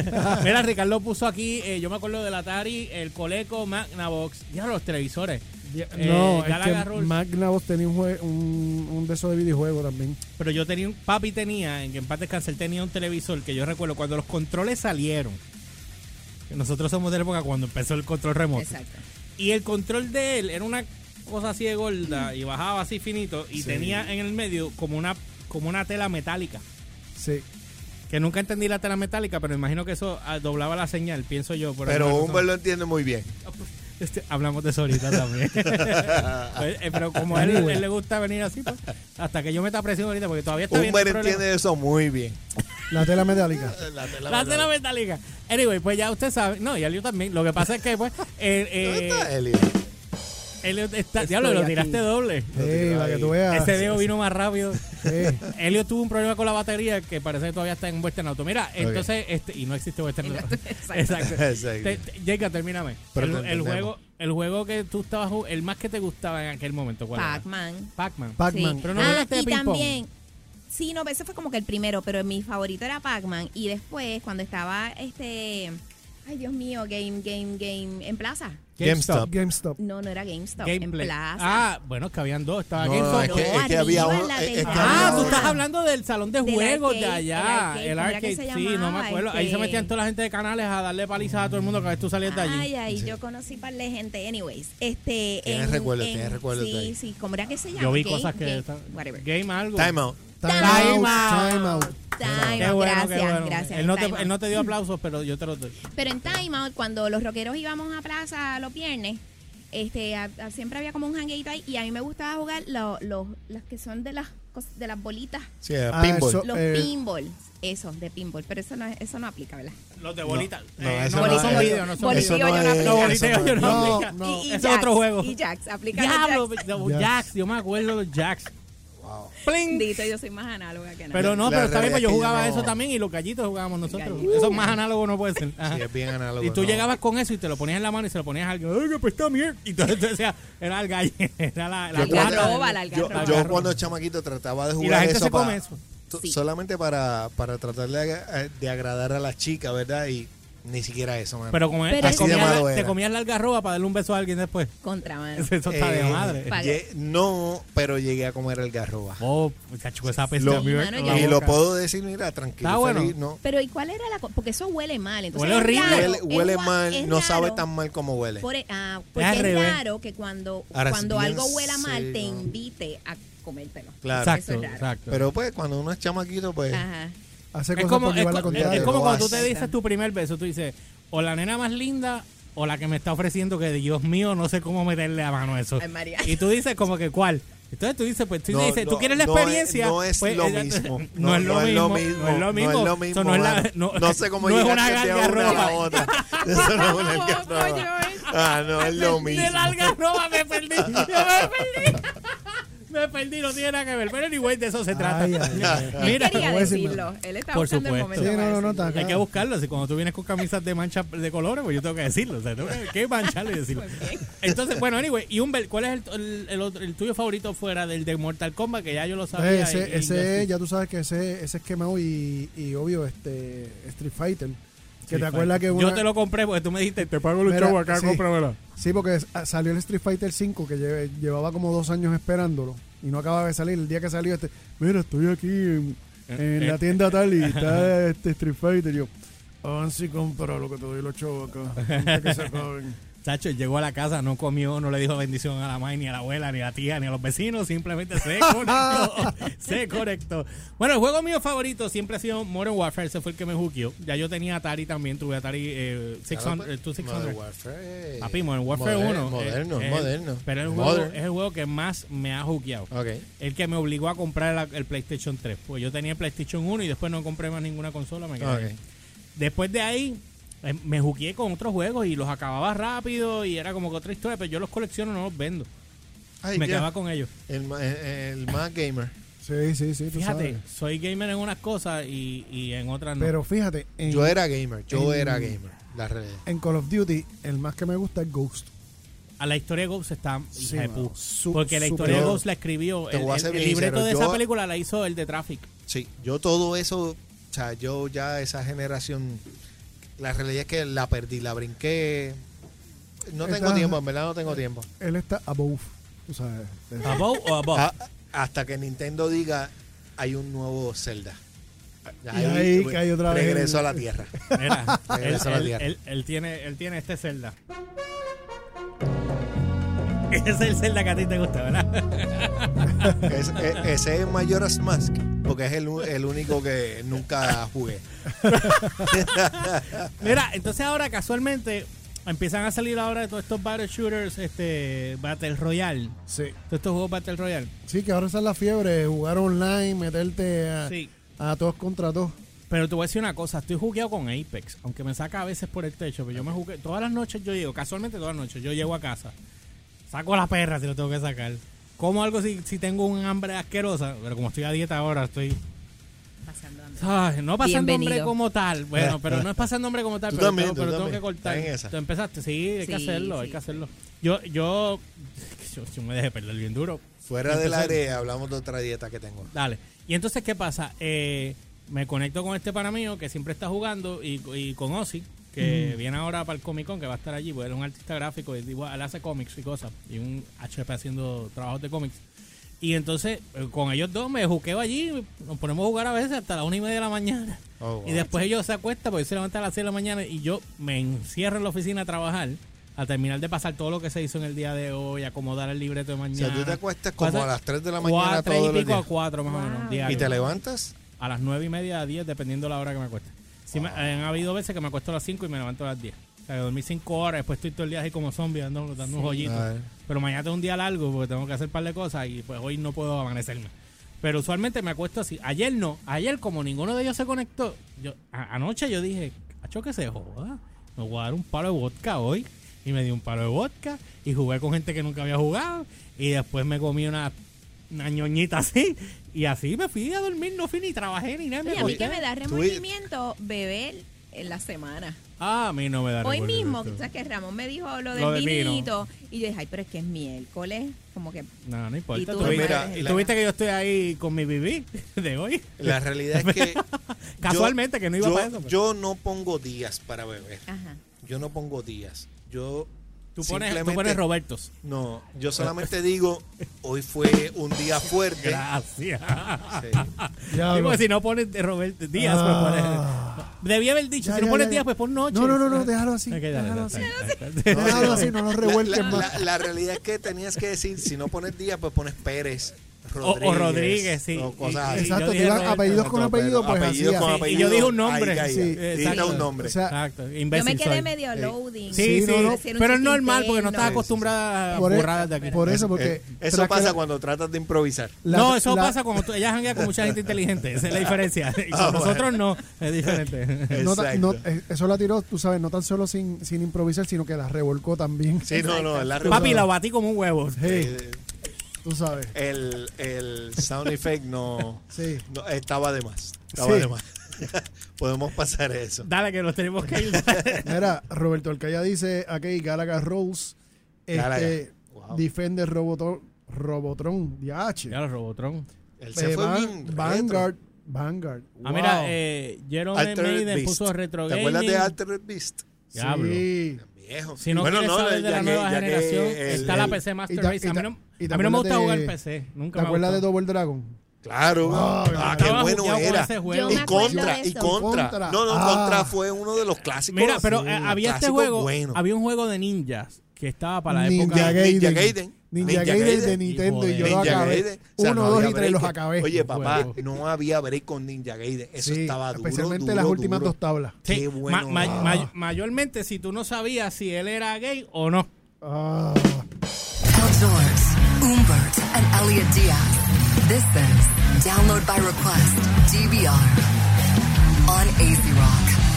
Speaker 3: Mira, Ricardo puso aquí, eh, yo me acuerdo del Atari, el Coleco, Magnavox, ya los televisores.
Speaker 7: Ya-
Speaker 3: Eh,
Speaker 5: no,
Speaker 3: ya
Speaker 5: es
Speaker 3: la
Speaker 5: que
Speaker 3: agarró el-
Speaker 5: Magnavox tenía un, jue- un, un de esos de videojuego también.
Speaker 3: Pero yo tenía un, papi tenía, en que en paz descanse, él tenía un televisor que yo recuerdo cuando los controles salieron. que Nosotros somos de la época cuando empezó el control remoto.
Speaker 4: Exacto.
Speaker 3: Y el control de él era una cosa así de gorda y bajaba así finito y tenía en el medio como una, como una tela metálica.
Speaker 5: Sí.
Speaker 3: Que nunca entendí la tela metálica, pero imagino que eso ah, doblaba la señal, pienso yo. por
Speaker 6: Pero
Speaker 3: alguna razón.
Speaker 6: Humber lo entiende muy bien.
Speaker 3: Este, hablamos de eso ahorita también. Pues, eh, pero como a él, él le gusta venir así, pues, hasta que yo meta presión ahorita, porque todavía está bien.
Speaker 6: Humber entiende eso muy bien.
Speaker 5: La tela metálica.
Speaker 3: Eh, La tela metálica. Anyway, pues ya usted sabe. No, y Elio también. Lo que pasa es que, pues, eh,
Speaker 6: ¿Dónde
Speaker 3: eh,
Speaker 6: está Elio?
Speaker 3: Elio está. Diablo, lo tiraste doble.
Speaker 5: Ey, para que tú
Speaker 6: Ah,
Speaker 5: veas.
Speaker 3: Ese dedo vino más rápido.
Speaker 5: Sí.
Speaker 3: Elio tuvo un problema con la batería que parece que todavía está en Western Auto. Mira, entonces, este, y no existe Western Auto. Exacto.
Speaker 6: Exacto.
Speaker 3: Te- te- Jacob, termíname.
Speaker 6: Pero
Speaker 3: el,
Speaker 6: te
Speaker 3: el
Speaker 6: entendemos.
Speaker 3: juego, el juego que tú estabas jug- el más que te gustaba en aquel momento, ¿cuál era?
Speaker 4: Pac-Man.
Speaker 3: Pac-Man.
Speaker 5: Pac-Man.
Speaker 4: Sí.
Speaker 3: Pero no
Speaker 4: Ah,
Speaker 3: jugaste
Speaker 4: y
Speaker 3: ping-pong.
Speaker 4: también. Sí, no, ese fue como que el primero, pero mi favorito era Pac-Man. Y después, cuando estaba este. Ay, Dios mío, Game, Game, Game. En Plaza.
Speaker 6: GameStop.
Speaker 5: GameStop.
Speaker 4: No, no era GameStop.
Speaker 3: Gameplay.
Speaker 4: En Plaza.
Speaker 3: Ah, bueno, es que habían dos. Estaba
Speaker 6: No,
Speaker 3: GameStop.
Speaker 6: es que, es que
Speaker 4: arriba
Speaker 6: había
Speaker 4: en
Speaker 6: uno.
Speaker 4: la
Speaker 6: es que
Speaker 4: ventana.
Speaker 6: había
Speaker 3: Ah, tú
Speaker 6: uno.
Speaker 3: estás hablando del salón de
Speaker 4: Del
Speaker 3: juegos de
Speaker 4: arcade,
Speaker 3: allá.
Speaker 4: el
Speaker 3: El arcade,
Speaker 4: arcade, ¿cómo era que se
Speaker 3: sí, no me
Speaker 4: llamaba?
Speaker 3: acuerdo. Ahí se
Speaker 4: Este-
Speaker 3: metían toda la gente de canales a darle palizas a todo el mundo cada vez tú salías de allí.
Speaker 4: Ay, ay, yo conocí par de gente. Anyways, este.
Speaker 6: Tienes recuerdos, tienes recuerdos de
Speaker 4: Sí,
Speaker 6: ahí.
Speaker 4: sí, ¿cómo era que se llama?
Speaker 3: Yo vi
Speaker 4: Game-
Speaker 3: cosas que.
Speaker 4: Game-
Speaker 3: están-
Speaker 4: whatever.
Speaker 3: Game algo.
Speaker 6: Time out.
Speaker 5: Time,
Speaker 3: Time
Speaker 5: out. Time
Speaker 3: out.
Speaker 5: out.
Speaker 4: Time
Speaker 3: Qué
Speaker 4: out,
Speaker 3: bueno,
Speaker 4: gracias,
Speaker 3: qué bueno.
Speaker 4: gracias.
Speaker 3: Él no, te,
Speaker 4: time out.
Speaker 3: él no te dio aplausos, pero yo te los doy.
Speaker 4: Pero en Time Out, cuando los rockeros íbamos a plaza los viernes, este, a- a- siempre había como un hangueito ahí y a mí me gustaba jugar lo- los las que son de las cos- de las bolitas,
Speaker 6: Sí, era
Speaker 5: Ah,
Speaker 6: pinball.
Speaker 3: Oh,
Speaker 5: eso-
Speaker 4: los
Speaker 5: Eh.
Speaker 4: pinball, eso de pinball, pero eso no es- eso no aplica, ¿verdad?
Speaker 3: Los de bolita.
Speaker 6: No,
Speaker 3: Eh,
Speaker 6: eso
Speaker 3: no,
Speaker 6: no,
Speaker 3: son
Speaker 6: eso-
Speaker 3: videos, no son
Speaker 6: eso
Speaker 3: videos.
Speaker 4: Bolsillo yo no
Speaker 6: es-
Speaker 3: No,
Speaker 6: eso
Speaker 3: bolita yo no
Speaker 5: No,
Speaker 3: aplica.
Speaker 5: no.
Speaker 3: Ese es otro juego.
Speaker 4: Y Jax, aplica los
Speaker 3: Diablo,
Speaker 4: Jax.
Speaker 3: de-
Speaker 5: Jax.
Speaker 3: Jax, yo me acuerdo de los Jax. Pling.
Speaker 4: Bendito, yo soy más análoga que nada.
Speaker 3: Pero no,
Speaker 6: La
Speaker 3: pero está bien, pues
Speaker 6: realidad
Speaker 3: yo
Speaker 6: es que yo
Speaker 3: jugaba
Speaker 6: no-
Speaker 3: eso también y los gallitos jugábamos nosotros.
Speaker 4: Gallitos.
Speaker 3: Eso más análogo no puede ser. Ajá.
Speaker 6: Sí, es bien análogo.
Speaker 3: Y tú
Speaker 6: ¿no?
Speaker 3: llegabas con eso y te lo ponías en la mano y se lo ponías a alguien. ¡Ay, pues está mierda! Y entonces te decía, era el gallo. Era la, la
Speaker 4: Yo
Speaker 3: pata.
Speaker 4: algarroba, la
Speaker 6: Yo,
Speaker 4: algarroba.
Speaker 6: yo cuando chamaquito trataba de jugar
Speaker 3: Y la gente
Speaker 6: eso
Speaker 3: se
Speaker 6: pa-
Speaker 3: come eso.
Speaker 6: to-
Speaker 4: Sí.
Speaker 6: solamente para, para tratar de, ag- de agradar a la chica, ¿verdad? Y ni siquiera eso, mano.
Speaker 3: Pero como
Speaker 4: Pero
Speaker 3: te,
Speaker 4: es-
Speaker 3: comías,
Speaker 6: Así de malo
Speaker 3: la- te
Speaker 6: era.
Speaker 3: comías la algarroba para darle un beso a alguien después.
Speaker 4: Contrabando.
Speaker 3: Eso está de
Speaker 6: Eh,
Speaker 3: madre.
Speaker 4: Pa- Paga.
Speaker 6: lle- no, pero llegué a comer el garroba.
Speaker 3: Oh, muchacho, esa peste.
Speaker 6: Lo-
Speaker 3: a mí me-
Speaker 4: mano,
Speaker 3: en
Speaker 4: ya-
Speaker 3: la
Speaker 6: y lo
Speaker 3: boca.
Speaker 6: puedo decir, mira, tranquilo,
Speaker 3: Está bueno.
Speaker 6: feliz, no.
Speaker 4: Pero ¿y cuál era la co- porque eso huele mal, entonces
Speaker 3: Huele
Speaker 4: es
Speaker 3: horrible.
Speaker 4: raro,
Speaker 6: huele
Speaker 4: es
Speaker 6: huele
Speaker 4: gua- es
Speaker 6: mal, no sabe
Speaker 4: raro.
Speaker 6: tan mal como huele.
Speaker 4: Por, ah, porque
Speaker 3: al
Speaker 4: es
Speaker 3: revés.
Speaker 4: raro que cuando,
Speaker 6: Ahora,
Speaker 4: cuando
Speaker 6: bien
Speaker 4: algo huela mal te
Speaker 6: serio.
Speaker 4: invite a comértelo.
Speaker 6: Claro.
Speaker 4: Eso
Speaker 3: Exacto,
Speaker 4: es raro.
Speaker 3: exacto.
Speaker 6: Pero pues cuando uno es chamaquito, pues...
Speaker 4: Ajá.
Speaker 5: Hace
Speaker 3: es
Speaker 5: cosas
Speaker 3: como,
Speaker 5: por
Speaker 3: es,
Speaker 5: llevar la
Speaker 3: co-
Speaker 5: contraria.
Speaker 3: es como
Speaker 6: Lo
Speaker 3: cuando tú te
Speaker 6: haces.
Speaker 3: dices tu primer beso, tú dices, o la nena más linda o la que me está ofreciendo que Dios mío, no sé cómo meterle a mano a eso.
Speaker 4: Ay, María.
Speaker 3: Y tú dices como que cuál. Entonces tú dices, pues tú
Speaker 6: No,
Speaker 3: dices, tú
Speaker 6: no,
Speaker 3: quieres la
Speaker 6: no es-
Speaker 3: experiencia.
Speaker 6: no es
Speaker 3: Pues,
Speaker 6: lo
Speaker 3: ella-
Speaker 6: mismo.
Speaker 3: No, es lo mismo. No es lo mismo.
Speaker 6: no es lo
Speaker 3: Eso no es la-
Speaker 6: mano.
Speaker 3: no-
Speaker 6: No sé cómo
Speaker 3: no es una
Speaker 6: llegaste de una
Speaker 3: algarroba.
Speaker 6: a la otra. Eso no es una algarroba.
Speaker 4: Coño, eh.
Speaker 6: Ah, no es lo mismo.
Speaker 3: De la algarroba me perdí. Yo me perdí. Me perdí, no tiene nada que ver. Pero anyway, de eso se trata.
Speaker 5: Ay, ay, ay.
Speaker 4: Él
Speaker 3: Mira,
Speaker 4: quería
Speaker 5: voy a decir
Speaker 4: decirlo. Él estaba
Speaker 3: Por
Speaker 4: buscando
Speaker 3: supuesto.
Speaker 4: el momento.
Speaker 5: Sí,
Speaker 4: para
Speaker 5: no, no, no,
Speaker 4: decirlo.
Speaker 5: está
Speaker 3: hay que
Speaker 5: acá.
Speaker 3: buscarlo. Así cuando tú vienes con camisas de mancha de colores, pues yo tengo que decirlo. O sea, tengo que, que mancharlo y decirlo. Entonces, bueno, anyway, y Humbert, ¿cuál es el, el, el otro- el tuyo favorito fuera del de Mortal Kombat? Que ya yo lo sabía.
Speaker 5: Entonces,
Speaker 3: y- y yo
Speaker 5: Pues ese, ese
Speaker 3: sí.
Speaker 5: ya tú sabes que ese, ese es quemado y, y obvio este Street Fighter. Que
Speaker 3: Street
Speaker 5: te acuerdas que
Speaker 3: Fighter.
Speaker 5: una-
Speaker 3: Yo te lo compré porque tú me dijiste, te pago los
Speaker 5: Mira,
Speaker 3: chavos acá,
Speaker 5: sí.
Speaker 3: cómpramelo.
Speaker 5: Sí, porque s- ah, salió el Street Fighter 5 que lle- llevaba como dos años esperándolo y no acababa de salir. El día que salió este, mira, estoy aquí en,
Speaker 3: Eh,
Speaker 5: en la tienda tal y está este Street Fighter. Y yo, avance y compra lo que te doy los chavos acá. antes que se acaben".
Speaker 3: Chacho, él llegó a la casa, no comió, no le dijo bendición a la madre, ni a la abuela, ni a la tía, ni a los vecinos, simplemente se conectó. se conectó. Bueno, el juego mío favorito siempre ha sido Modern Warfare, ese fue el que me juqueó. Ya yo tenía Atari también, tuve Atari eh, 600, eh, 2600.
Speaker 6: pues, Modern Warfare.
Speaker 3: Papi, Modern Warfare
Speaker 6: Moder-
Speaker 3: 1.
Speaker 6: Eh, Moderno,
Speaker 3: eh, eh,
Speaker 6: moderno.
Speaker 3: Pero el juego,
Speaker 6: Modern.
Speaker 3: es el juego que más me ha juqueado.
Speaker 6: Ok.
Speaker 3: El que me obligó a comprar la- el PlayStation 3. Pues yo tenía el PlayStation 1 y después no compré más ninguna consola, me quedé
Speaker 6: Ok.
Speaker 3: ahí. Después de ahí, eh, me juqué con otros juegos y los acababa rápido y era como que otra historia, pero yo los colecciono, no los vendo.
Speaker 6: Ay,
Speaker 3: me
Speaker 6: ya.
Speaker 3: quedaba con ellos.
Speaker 6: eh, El, ma- eh, el más gamer.
Speaker 5: Sí, sí, sí, tú
Speaker 3: Fíjate,
Speaker 5: sabes.
Speaker 3: soy gamer en unas cosas y, y en otras no.
Speaker 5: Pero fíjate, en,
Speaker 6: Yo era gamer, yo
Speaker 5: en-
Speaker 6: era gamer. La realidad.
Speaker 5: en Call of Duty, el más que me gusta es Ghost.
Speaker 3: a la historia de Ghost está hija
Speaker 5: Sí,
Speaker 3: de
Speaker 5: mano.
Speaker 3: pu-
Speaker 5: Su-
Speaker 3: porque la
Speaker 5: su-
Speaker 3: historia de
Speaker 6: yo-
Speaker 3: Ghost la escribió
Speaker 6: te
Speaker 3: el,
Speaker 6: voy a
Speaker 3: el-
Speaker 6: ser
Speaker 3: el
Speaker 6: bien
Speaker 3: libreto
Speaker 6: sincero,
Speaker 3: de esa
Speaker 6: yo-
Speaker 3: película la hizo el de Traffic
Speaker 6: Sí, yo todo eso, o sea, yo ya esa generación, la realidad es que la perdí, la brinqué. No tengo
Speaker 5: Está-
Speaker 6: tiempo, en verdad no tengo tiempo.
Speaker 5: Él está above, tú sabes. de-
Speaker 3: above o above
Speaker 6: Ah, hasta que Nintendo diga, hay un nuevo Zelda.
Speaker 5: Y ahí cae otra vez
Speaker 6: Regreso
Speaker 5: el-
Speaker 6: a la Tierra.
Speaker 3: Mira, él,
Speaker 6: Regreso a la
Speaker 3: él-
Speaker 6: tierra.
Speaker 3: él- él tiene, él tiene este Zelda. Ese es el Zelda que a ti te gusta, ¿verdad?
Speaker 6: Es- e- ese es Majora's Mask, porque es el, u- el único que nunca jugué.
Speaker 3: Mira, entonces ahora casualmente empiezan a salir ahora todos estos Battle Shooters, este Battle Royale.
Speaker 5: Sí.
Speaker 3: Todos estos juegos Battle Royale.
Speaker 5: Sí, que ahora esa es la fiebre, jugar online, meterte a,
Speaker 3: Sí.
Speaker 5: a todos contra todos.
Speaker 3: Pero te voy a decir una cosa, estoy jugueado con Apex, aunque me saca a veces por el techo, pero yo me jugué, todas las noches yo llego, casualmente todas las noches, yo llego a casa, saco a la perra si lo tengo que sacar, como algo si, si tengo un hambre asquerosa, pero como estoy a dieta ahora, estoy
Speaker 4: Pasando hambre.
Speaker 3: Ay, no pasando
Speaker 4: Bienvenido.
Speaker 3: hombre como tal. Bueno, pero no es pasando hombre como tal.
Speaker 6: Tú
Speaker 3: pero
Speaker 6: también,
Speaker 3: tengo,
Speaker 6: tú
Speaker 3: pero tengo
Speaker 6: también.
Speaker 3: que cortar.
Speaker 6: Está en esa.
Speaker 3: Tú empezaste, sí, hay que
Speaker 4: Sí,
Speaker 3: hacerlo, hay
Speaker 4: sí.
Speaker 3: que hacerlo. Yo, yo, yo, yo me dejé perder bien duro.
Speaker 6: Fuera del
Speaker 3: Entonces-
Speaker 6: área hablamos de otra dieta que tengo.
Speaker 3: Dale. Y entonces, ¿qué pasa? Eh, me conecto con este pana mío que siempre está jugando y, y con Ozzy, que viene ahora para el Comic Con, que va a estar allí, porque él es un artista gráfico, y igual, él hace cómics y cosas, y un HP haciendo trabajos de cómics. Y entonces, eh, con ellos dos me juqueo allí, nos ponemos a jugar a veces hasta las una y media de la mañana.
Speaker 6: Oh, wow.
Speaker 3: Y después ellos se acuestan, porque se levantan a las seis de la mañana y yo me encierro en la oficina a trabajar, a terminar de pasar todo lo que se hizo en el día de hoy, acomodar el libreto de
Speaker 6: O
Speaker 3: mañana.
Speaker 6: sea, tú te acuestas como
Speaker 3: Pasa-
Speaker 6: a las 3 de la mañana
Speaker 3: cuatro
Speaker 6: todos
Speaker 3: y
Speaker 6: los
Speaker 3: pico a
Speaker 6: días.
Speaker 3: 4 más o menos.
Speaker 4: Wow.
Speaker 3: diario.
Speaker 6: Y te levantas
Speaker 3: A las 9 y media a 10, dependiendo la hora que me acueste. Sí me- han habido veces que me acuesto a las 5 y me levanto a las 10. O sea, que dormí 5 horas, después estoy todo el día así como zombie dando, dando un joyito.
Speaker 6: Ay.
Speaker 3: Pero mañana tengo un día largo porque tengo que hacer un par de cosas y pues hoy no puedo amanecerme. Pero usualmente me acuesto así. Ayer no, ayer como ninguno de ellos se conectó, yo a- anoche yo dije, cacho que se joda, me voy a dar un palo de vodka hoy. Y me di un palo de vodka y jugué con gente que nunca había jugado. Y después me comí una, una ñoñita así. Y así me fui a dormir, no fui ni trabajé ni nada. me
Speaker 4: Oye, a mí
Speaker 3: acosté.
Speaker 4: que me da
Speaker 6: Tú-
Speaker 4: remordimiento beber en la semana.
Speaker 3: Ah, a mí no me da
Speaker 4: Hoy
Speaker 3: remordimiento.
Speaker 4: mismo, tú sabes que Ramón me dijo lo del
Speaker 3: Lo del vino.
Speaker 4: vinito. Y yo dije, ay, pero es que es miércoles. Como que.
Speaker 3: No, no importa.
Speaker 4: Y tú,
Speaker 3: tú viste-
Speaker 6: Mira,
Speaker 3: y
Speaker 6: la-
Speaker 3: tú viste que yo estoy ahí con mi bibí de hoy.
Speaker 6: La realidad es que.
Speaker 3: Casualmente,
Speaker 6: yo-
Speaker 3: que no iba
Speaker 6: yo-
Speaker 3: para eso, pues. pero-
Speaker 6: Yo no pongo días para beber.
Speaker 4: Ajá.
Speaker 6: Yo no pongo días. Yo.
Speaker 3: Tú pones, tú
Speaker 6: simplemente-
Speaker 3: pones Robertos.
Speaker 6: No, yo solamente digo, hoy fue un día fuerte.
Speaker 3: Gracias.
Speaker 6: Sí.
Speaker 5: Diablo.
Speaker 3: Digo, si no pones de Roberto Díaz,
Speaker 5: Ah.
Speaker 3: pues pones. Debía haber dicho,
Speaker 5: Ya,
Speaker 3: si no
Speaker 5: ya,
Speaker 3: pones
Speaker 5: ya,
Speaker 3: Díaz,
Speaker 5: ya.
Speaker 3: pues pon noche.
Speaker 5: No, no, no, no, déjalo así,
Speaker 3: Ok, dale,
Speaker 5: déjalo
Speaker 3: dale,
Speaker 5: así.
Speaker 3: dale, dale.
Speaker 5: Déjalo así, no lo revuelques
Speaker 6: la, la-
Speaker 5: más.
Speaker 6: la realidad es que tenías que decir, si no pones días, pues pones Pérez.
Speaker 3: O-
Speaker 6: Rodríguez,
Speaker 3: o Rodríguez, sí.
Speaker 6: O cosas
Speaker 3: Y-
Speaker 6: así.
Speaker 3: y- yo
Speaker 5: Exacto, te
Speaker 3: dije
Speaker 5: iban
Speaker 3: Roberto,
Speaker 5: apellidos con
Speaker 6: Pero
Speaker 5: apellidos, pues
Speaker 6: apellidos
Speaker 3: Sí,
Speaker 5: así.
Speaker 6: con
Speaker 3: y yo
Speaker 6: apellidos,
Speaker 3: dije un nombre.
Speaker 6: ahí caía.
Speaker 5: Sí,
Speaker 6: Dijiste
Speaker 5: exacto.
Speaker 6: un nombre.
Speaker 5: O sea,
Speaker 3: Exacto,
Speaker 4: Yo
Speaker 3: imbécil.
Speaker 4: me quedé
Speaker 3: soy.
Speaker 4: medio
Speaker 6: Sí.
Speaker 4: loading.
Speaker 3: Sí, sí,
Speaker 5: Sí, no, no.
Speaker 4: Decir un
Speaker 3: pero es
Speaker 4: chiste
Speaker 3: normal porque no
Speaker 4: interno.
Speaker 3: estaba acostumbrada a
Speaker 5: Por, e-
Speaker 3: borradas de aquí.
Speaker 5: por eso, porque.
Speaker 6: Eh, eso
Speaker 5: tras que
Speaker 6: pasa
Speaker 5: la-
Speaker 6: cuando tratas de improvisar.
Speaker 5: la-
Speaker 3: no, eso
Speaker 5: la-
Speaker 3: pasa cuando tú, ella janguea con mucha gente inteligente. Esa es la diferencia. Y con
Speaker 6: Ah, bueno.
Speaker 3: nosotros no, es diferente.
Speaker 5: no ta- no-
Speaker 6: Exacto.
Speaker 5: eh, eso la tiró, tú sabes, no tan solo sin, sin improvisar, sino que la revolcó también.
Speaker 6: Sí, no, no, es la
Speaker 3: Papi,
Speaker 6: realidad.
Speaker 3: la batí como un huevo.
Speaker 5: Hey,
Speaker 6: Eh,
Speaker 5: tú sabes.
Speaker 6: el, el sound effect no,
Speaker 5: Sí.
Speaker 6: no- estaba de más. Estaba
Speaker 5: Sí.
Speaker 6: de más. Podemos pasar eso.
Speaker 3: Dale, que nos tenemos que ir.
Speaker 5: Mira, Roberto Alcaya dice, aquí Galaga Rose este,
Speaker 6: Galaga. Wow.
Speaker 5: Defender Robotron, Robotron, DH.
Speaker 3: ya lo Robotron.
Speaker 6: Él se
Speaker 5: Eh,
Speaker 6: fue
Speaker 5: Van-
Speaker 6: bien retro.
Speaker 5: Vanguard, Vanguard.
Speaker 3: Ah,
Speaker 5: Wow.
Speaker 3: mira, eh, Jerome
Speaker 6: Altered
Speaker 3: Maiden
Speaker 6: Beast.
Speaker 3: puso retro
Speaker 6: ¿Te
Speaker 3: gaming.
Speaker 6: acuerdas de Altered Beast?
Speaker 3: Diablo.
Speaker 5: Sí.
Speaker 6: Viejo.
Speaker 3: Si no quieres saber de la nueva generación, está la PC
Speaker 5: y
Speaker 3: Master
Speaker 5: ta-
Speaker 3: Race.
Speaker 5: y
Speaker 3: A mí
Speaker 5: ta-
Speaker 3: no,
Speaker 5: y te
Speaker 3: a mí no me gusta
Speaker 5: acuerdas
Speaker 3: jugar
Speaker 5: de-
Speaker 3: PC. Nunca
Speaker 5: ¿Te
Speaker 3: me
Speaker 5: acuerdas de
Speaker 3: gustó.
Speaker 5: Double Dragon?
Speaker 6: Claro. ah, qué
Speaker 3: Estaba
Speaker 6: bueno
Speaker 3: jugueado con
Speaker 6: era.
Speaker 3: ese juego.
Speaker 4: Yo
Speaker 6: Y
Speaker 4: me acuerdo
Speaker 6: contra,
Speaker 4: de
Speaker 6: y
Speaker 4: eso.
Speaker 6: contra.
Speaker 5: Contra.
Speaker 6: No, no,
Speaker 5: Ah.
Speaker 6: contra fue uno de los clásicos.
Speaker 3: Mira, pero
Speaker 6: Sí,
Speaker 3: eh, había este
Speaker 6: clásico
Speaker 3: juego,
Speaker 6: bueno.
Speaker 3: había un juego de ninjas que estaba para la
Speaker 5: Ninja
Speaker 3: época.
Speaker 5: Gaiden.
Speaker 6: Ninja Gaiden.
Speaker 5: Ninja,
Speaker 6: Ninja
Speaker 5: Gaiden, de
Speaker 6: Gaiden.
Speaker 5: Nintendo y yo lo
Speaker 6: Ninja
Speaker 5: acabé.
Speaker 6: Gaiden. O sea,
Speaker 5: Uno,
Speaker 6: no
Speaker 5: dos
Speaker 6: había
Speaker 5: y tres los
Speaker 6: break.
Speaker 5: acabé.
Speaker 6: Oye, papá,
Speaker 3: Juego.
Speaker 6: no había break con Ninja Gaiden. Eso
Speaker 5: Sí,
Speaker 6: estaba duro.
Speaker 5: Especialmente
Speaker 6: duro,
Speaker 5: las últimas
Speaker 6: duro.
Speaker 5: dos tablas.
Speaker 3: Sí,
Speaker 6: Qué bueno.
Speaker 3: ma- ma-
Speaker 6: Ah.
Speaker 3: ma- mayormente si tú no sabías si él era gay o no.
Speaker 5: Ah,
Speaker 2: Obzors, Umbert, and Elliot Diaz. This is Download by Request, DBR, on AZ Rock.